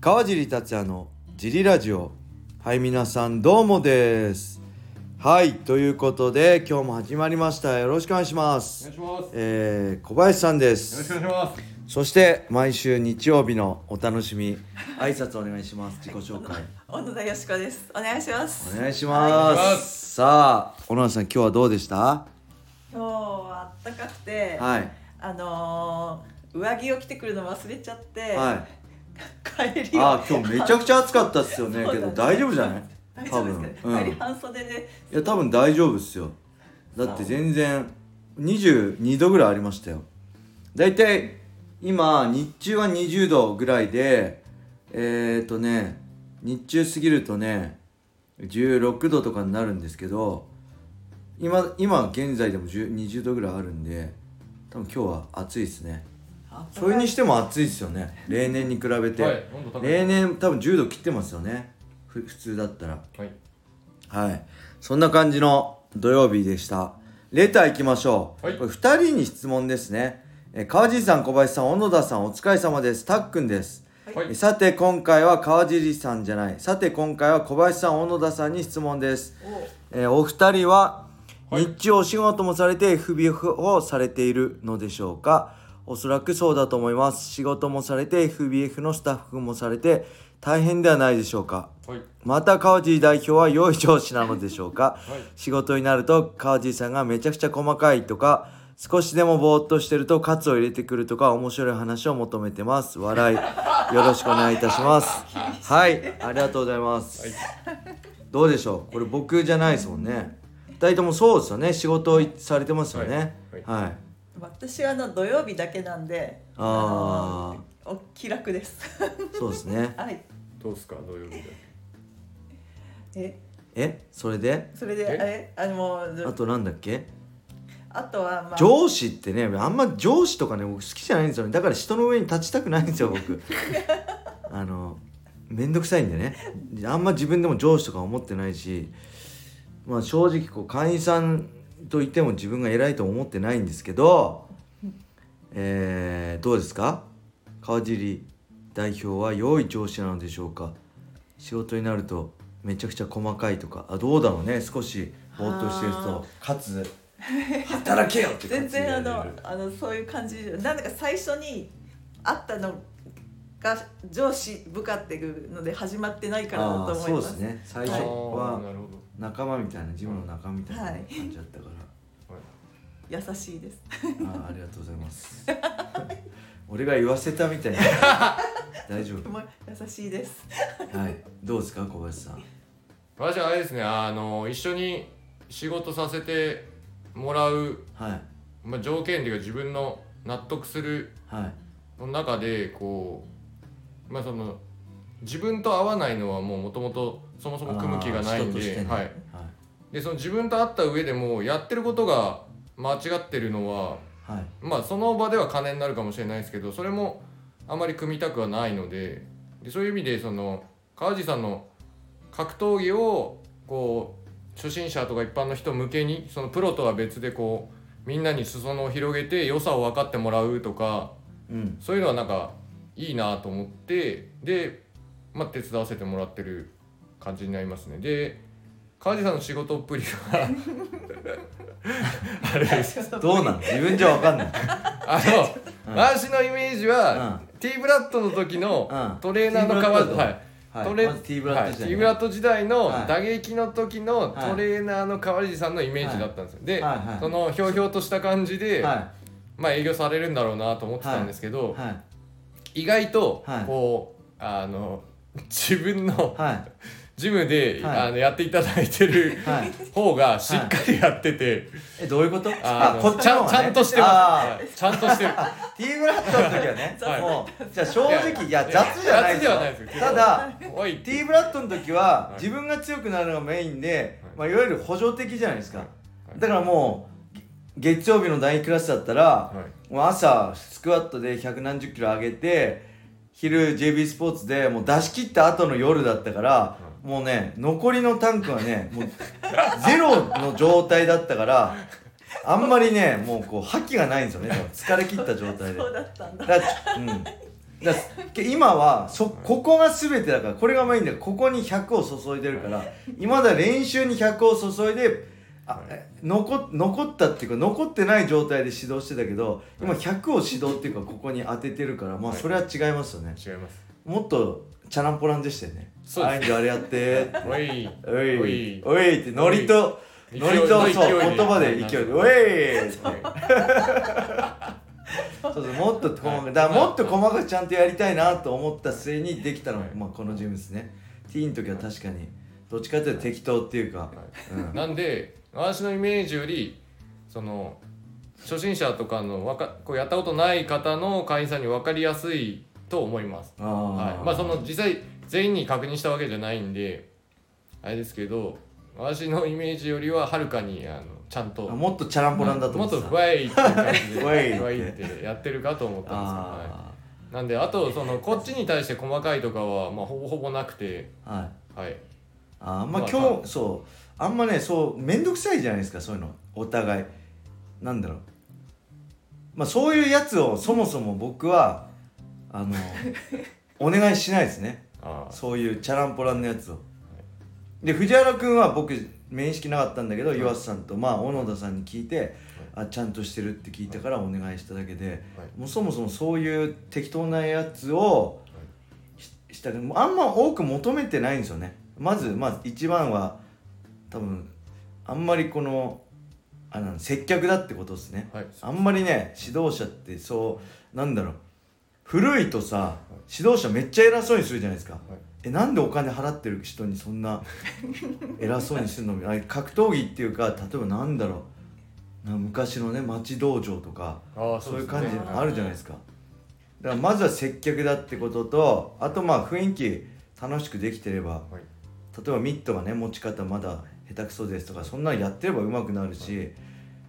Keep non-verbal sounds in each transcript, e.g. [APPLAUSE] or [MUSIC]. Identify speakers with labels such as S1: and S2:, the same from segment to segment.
S1: 川尻達也のジリラジオはい皆さんどうもですはいということで今日も始まりましたよろしくお願いしま
S2: お
S1: す
S2: 願いします。よ
S1: えー小林さんで
S2: ろし
S1: す
S2: くお願いします。
S1: そして毎週日曜日のお楽しみ挨拶お願いします自己紹介
S3: 小野田よしこです。お願いします。
S1: お願いし
S2: お願
S1: ま
S2: いします
S1: さあ小野田さん今日はどうでした
S3: 今日はあったかくて、
S1: はい
S3: あのー、上着を着てくるの忘れちゃって、
S1: はい
S3: 帰りを
S1: あー今日めちゃくちゃ暑かったっすよね
S3: そう
S1: けど
S3: だね
S1: 大丈夫じゃない
S3: 大丈
S1: 多
S3: 夫で
S1: 分
S3: すか、ね
S1: うん
S3: 帰り半袖で、
S1: いや多分大丈夫っすよだって全然22度ぐらいありましたよだいたい今日中は20度ぐらいでえっ、ー、とね日中過ぎるとね16度とかになるんですけど今今現在でも10 20度ぐらいあるんで多分今日は暑いですね
S3: あった
S1: そ
S3: か
S1: れ
S3: い
S1: にしても暑いですよね例年に比べて、
S2: はい、温度高い。
S1: 例年多分10度切ってますよねふ普通だったら
S2: はい。
S1: はい。そんな感じの土曜日でした。レター行きましょう。
S2: はい
S1: これ2人に質問ですね。えー川尻さん、小林さん、小野田さん、お疲れ様です。たっくんです。
S2: はい
S1: えー。さて、今回は川尻さんじゃない。さて、今回は小林さん、小野田さんに質問です。えーお二人は、
S2: はい
S1: 日中お仕事もされて FBF をされているのでしょうかおそらくそうだと思います。仕事もされて FBF のスタッフもされて大変ではないでしょうか
S2: はい。
S1: また川尻代表は良い上司なのでしょうか、
S2: [LAUGHS] はい
S1: 仕事になると川尻さんがめちゃくちゃ細かいとか少しでもぼーっとしてるとカツを入れてくるとか面白い話を求めてます笑いよろしくお願いいたし
S2: [LAUGHS]
S1: ますはいありがとうございます、どうでしょうこれ僕じゃないですもんね2人ともそうですよね仕事をされてますよね
S2: はい
S1: はい、
S3: 私はあの土曜日だけなんで、
S1: あ
S3: あのーお気楽です。 [LAUGHS]
S1: そうですね
S3: はい。
S2: どうですか、土曜日で。
S3: え、
S1: えそれで
S3: それで
S2: え
S3: あれあの
S1: あとなんだっけ
S3: あとはまあ
S1: 上司ってねあんま上司とかね僕好きじゃないんですよねだから人の上に立ちたくないんですよ
S3: [LAUGHS]
S1: 僕あの面倒くさいんでねあんま自分でも上司とか思ってないしまあ正直こう会員さんといても自分が偉いと思ってないんですけどえー、どうですか川尻代表は良い上司なのでしょうか仕事になるとめちゃくちゃ細かいとかあどうだろうね少しぼーっとしてる
S3: あ
S1: とかつ働けよって
S3: 全然
S1: 感
S3: あの
S1: じで
S3: あのそういう感じなんだか最初に会ったのが上司部下っていうので始まってないからだ
S1: あ
S3: と
S1: ー
S3: 思い
S1: そう
S3: ま
S1: ですすね最
S2: あ
S1: 初
S2: ー
S1: は
S2: なるほ
S1: 仲間みたいなジムの仲間みたいな
S3: はい
S1: ね感じだったか
S2: ど。はい。
S3: 優しいです
S1: ら、あーありがとうございます
S3: [LAUGHS]
S1: 俺が言わせたみたいな大丈
S3: もう優しいです
S1: 夫はいどうですか小林さん
S2: 私はあれですね、あの、一緒に仕事させてもらう、
S1: はい
S2: まあ、条件でいうか自分の納得する
S1: はい
S2: の中で、こう、まあその、自分と合わないのはもうもともとそもそも組む気がな
S1: あ
S2: いん
S1: ー人として
S2: で、
S1: ね
S2: はい。
S1: は
S2: で、その自分と合った上でも、やってることが間違ってるのは、
S1: いはい
S2: まあその場では金になるかもしれないですけどそれもあまり組みたくはないのででそういう意味でその川地さんの格闘技をこう初心者とか一般の人向けにそのプロとは別でこうみんなに裾野を広げて良さを分かってもらうとか
S1: [LAUGHS] うん
S2: そういうのはなんかいいなと思ってで、まあ、手伝わせてもらってる感じになりますねで川地さんの仕事っぷりはあれです
S1: どうなん [LAUGHS] 自分じゃわかんない
S2: あの、
S1: [LAUGHS] うん
S2: 私のイメージは、ティーブラッドの時
S1: うん
S2: のトレーナーの川
S1: ティーブラッド
S2: はい
S1: はい
S2: トレ
S1: まず T ブラッド時代
S2: はいティーブラッド時代の
S1: はい
S2: 打撃の時の
S1: はい
S2: トレーナーの川尻さんのイメージだったんですよ、で、
S1: はいはい
S2: そのひょうひょうとした感じで、
S1: は
S2: まあ営業されるんだろうなと思ってたんですけ
S1: い
S2: ど、
S1: はい
S2: 意外と
S1: はい
S2: こう、あの [LAUGHS] 自分の
S1: はい
S2: ジムで、
S1: はい
S2: あのやっていただいてる
S1: はい
S2: 方がしっかりやってて、
S1: えどういうこと
S2: あのちゃんちゃんとしてます
S1: あ
S2: はいちゃんとしてる
S1: ー T ブラッドの時は
S2: [LAUGHS]
S1: ね
S2: はい
S1: もうじゃあ正直いや
S2: いや
S1: 雑じゃないですよ
S2: 雑ではないですよ
S1: ただ
S2: おい
S1: T ブラッドの時は
S2: はい
S1: 自分が強くなるのがメインで、
S2: はい
S1: いまあ、いわゆる補助的じゃないですか、
S2: い
S1: だからもうげ月曜日の第一クラスだったら、
S2: はい
S1: もう朝スクワットで百何十キロ上げて昼 JB スポーツでもう出し切った後の夜だったから、もうね残りのタンクはねもうゼロの状態だったからあんまりねもうこう覇気がないんですよね多分疲れ切った状態で
S3: そうだったんだ
S1: だからうんだからけ今はそここが全てだからこれがメインだからここに100を注いでるから今だ練習に100を注いであえ残残ったっていうか残ってない状態で指導してたけど今100を指導っていうかここに当ててるからまあ
S2: はい
S1: それは違いますよね
S2: 違います
S1: もっとチャランポランでしたよね
S2: そうです
S1: あいあれやって
S2: おい
S1: おい
S2: [LAUGHS] お
S1: お
S2: い
S1: いってノリと
S2: 勢い
S1: ノリとそう
S2: 勢いで
S1: 言葉で勢いで「おい!」
S2: は
S1: そうそうもっと細か
S2: はい
S1: い、だからもっと細かくちゃんとやりたいなと思った末にできたのが、
S2: はい
S1: まあ、このジムですねティーンの時は確かにどっちかというと適当っていうか、う
S2: い
S1: ん、
S2: なんで私のイメージよりその初心者とかのわかこうやったことない方の会員さんに分かりやすいと思います
S1: あ
S2: は、
S1: はい
S2: まあその実際全員に確認したわけじゃないんであれですけど私のイメージよりははるかにあのちゃんと
S1: もっとチャランポランだと
S2: も
S1: 思
S2: っ
S1: って
S2: と
S1: た、
S2: ふわいっていう感じで
S1: ふわいって
S2: ふわいってやってるかと思ったんですけど、は
S1: あ
S2: い、なんであとそのこっちに対して細かいとかは、まあ、ほぼほぼなくて、
S1: ーはい
S2: はい、
S1: あーまあ
S2: ま
S1: 今
S2: あ
S1: 日、
S2: ま
S1: そうあんまねそう面倒くさいじゃないですかそういうのお互いなんだろうまあそういうやつをそもそも僕はあ
S2: [LAUGHS]
S1: のお願いしないですね
S2: あー
S1: そういうチャランポランのやつを、で藤原君は僕面識なかったんだけど、
S2: い
S1: 岩瀬さんとまあ小野田さんに聞いて、あちゃんとしてるって聞いたからお願いしただけで、もうそもそもそういう適当なやつをししたけどあんま多く求めてないんですよねまずまあ一番は多分あんまりこのあの接客だってことですね
S2: はい、
S1: あんまりね指導者ってそうなんだろう古いとさ指導者めっちゃ偉そうにするじゃないですか、えなんでお金払ってる人にそん
S2: [LAUGHS]
S1: な偉そうにするのあれ格闘技っていうか例えばなんだろうな昔のね町道場とか
S2: あー
S1: そう
S2: で
S1: いう
S2: すね
S1: 感じあるじゃないですかだからまずは接客だってこととあとまあ雰囲気楽しくできてれば
S2: はい
S1: 例えばミットがね持ち方まだ下手くそですとかそんなんやってれば上手くなるし、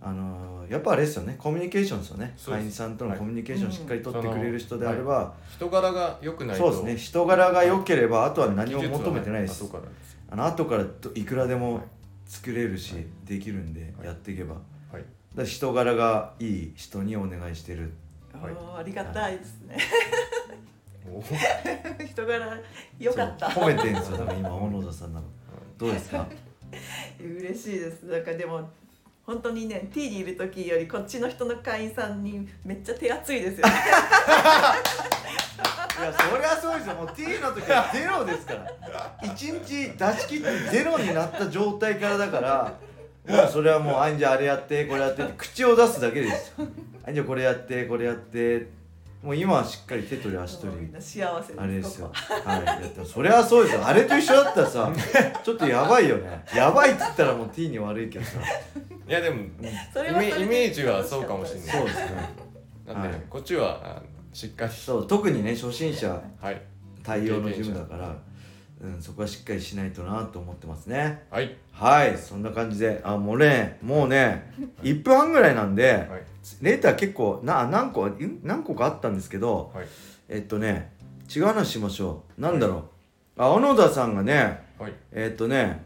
S1: あのーやっぱあれですよねコミュニケーションですよね
S2: そうで
S1: 会
S2: す
S1: 員さんとのコミュニケーションをしっかり取ってくれる人であれば、
S2: 人柄が良くない
S1: そう
S2: と
S1: ですね人柄が良ければあとは何も求めてないで
S2: 技術
S1: す
S2: は後からです
S1: あの後からどいくらで
S2: は
S1: も
S2: い
S1: 作れるし、
S2: はい
S1: できるんで
S2: はい
S1: やっていけば、
S2: は
S1: だ
S2: い
S1: から人柄がいい人にお願いしてる
S2: はい
S3: おーありがたいですね。
S2: お
S3: 人柄良かった。
S1: そう褒めてんですよ多分今小野田さんなのどうですか
S3: 嬉しいです。なんかでも本当にね、T にいる時よりこっちの人の会員さんにめっちゃ手厚いですよね。
S2: [LAUGHS]
S1: いやそりゃそうですよもう T の時はゼロですから一日出し切ってゼロになった状態からだからもうそれはもうあんじゃあれやってこれやってって口を出すだけですよあんじゃこれやってこれやってもう今はしっかり手取り足取
S3: もうみ
S1: り
S3: んな幸せ
S1: あれですよ
S3: こ。
S1: はい。やってますそりゃそうですよ。あれと一緒だったらさ、ちょっとやばいよね。やばいって言ったらもう T に悪いけどさ。
S2: [LAUGHS] いやでも
S3: それ
S2: イ
S3: はそ
S2: メ
S3: れで
S2: イメージはそうかもしれない
S1: そうですね。
S2: なんで、
S1: はい
S2: こっちはあしっかり
S1: そう特にね初心者
S2: はい
S1: 対応のジムだから、うんそこはしっかりしないとなと思ってますね。
S2: はい
S1: はい、そんな感じで、あもうね、もうね、1分半ぐらいなんで、
S2: はい
S1: レーター結構な何個ん何個かあったんですけど、
S2: はい
S1: えっとね違う話しましょうなんだろう、あ小野田さんがね
S2: はい
S1: えっとね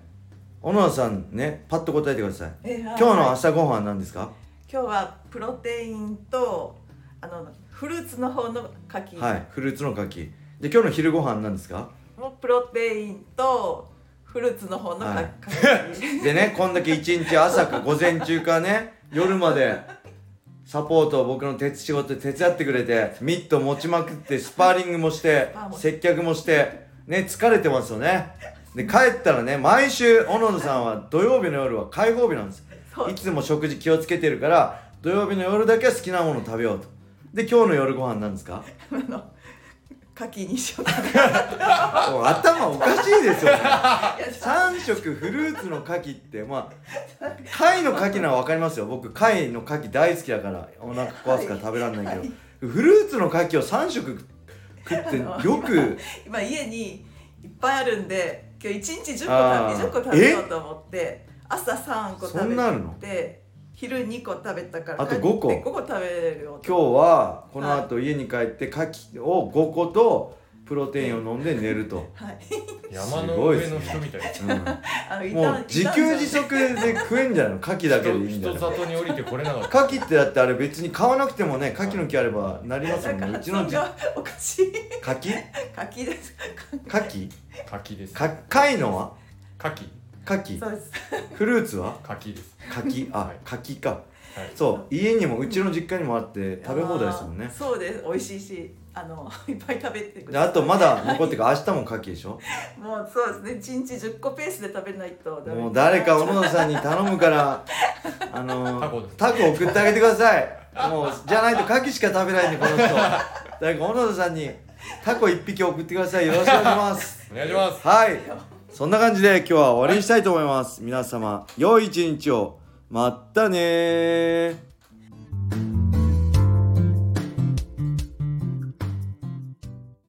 S1: 小野田さんねパッと答えてください
S3: えー
S1: 今
S3: はい
S1: 日の朝ごはんなんですか
S3: 今日はプロテインとあのフルーツの方の柿、
S1: はいフルーツの柿で今日の昼ごはんなんですか
S3: もうプロテインとフルーツの方のか
S1: はい
S3: 柿、
S1: でねこんだけ一日朝か午前中かね夜までサポートを僕の手仕事手伝ってくれてミット持ちまくってスパーリングもして
S3: パーも
S1: 接客もしてね疲れてますよねで帰ったらね毎週小野田さんは土曜日の夜は開放日なんです
S3: [LAUGHS] そう
S1: いつも食事気をつけてるから土曜日の夜だけは好きなもの食べようとで今日の夜ご飯なんですか
S3: あの柿にしようか
S1: もう頭おかしいですよ、ね、
S3: ないや
S1: 3色フルーツの牡蠣ってまあ貝の牡蠣なら分かりますよ僕貝の牡蠣大好きだからお腹壊すから食べられないけど、
S3: はい
S1: フルーツの牡蠣を3食食ってよく
S3: 今家にいっぱいあるんで今日一日10個食べ
S1: あー
S3: 10個食べようと思って朝3個
S1: そんなある
S3: 食
S1: の
S3: べて昼2個食べたから
S1: あと5個
S3: 5個食べるよ
S1: 今日はこのあと家に帰って牡蠣を5個とプロテインを飲んで寝ると、
S3: はい、
S2: 山の上の人みたい
S1: うん
S3: あのいた
S1: もう自給自
S3: いたんじゃ
S1: 足で食えんじゃないの牡蠣だけでいいんだ
S2: 人
S1: よ
S2: 里に降りてこれなかった
S1: 牡�蠣ってだってあれ別に買わなくてもね牡蠣の木あればなりますもん
S3: な
S1: ね
S3: ん
S1: う
S3: か
S1: ちの
S3: そん
S1: じ
S3: なおかしい
S1: 牡蠣
S3: 柿です [LAUGHS]
S1: 牡蠣
S2: 柿です
S1: か貝のは
S2: 柿
S1: 牡蠣
S3: そうです
S1: フルーツは
S2: 柿です
S1: 柿あ
S2: はい
S1: 柿か
S2: はい
S1: そう家にもうちの実家にもあって食べ放題ですもん
S3: あー
S1: ね
S3: そうです美味しいしあの [LAUGHS] いっぱい食べてく
S1: で
S3: ださい
S1: あとまだ残ってるから明日も牡蠣でしょ
S3: もうそうですね1日10個ペースで食べないとダメ
S1: もう誰か小野田さんに頼む
S2: [LAUGHS]
S1: からあの
S2: タコです
S1: タコ送ってあげてくださいもうじゃないと牡蠣しか食べないんでこの人誰か小野田さんにタコ1匹送ってくださいよろしくお願いします
S2: お願いします
S1: はいそんな感じで今日は終わりにしたいと思います皆様良い一日をまったねー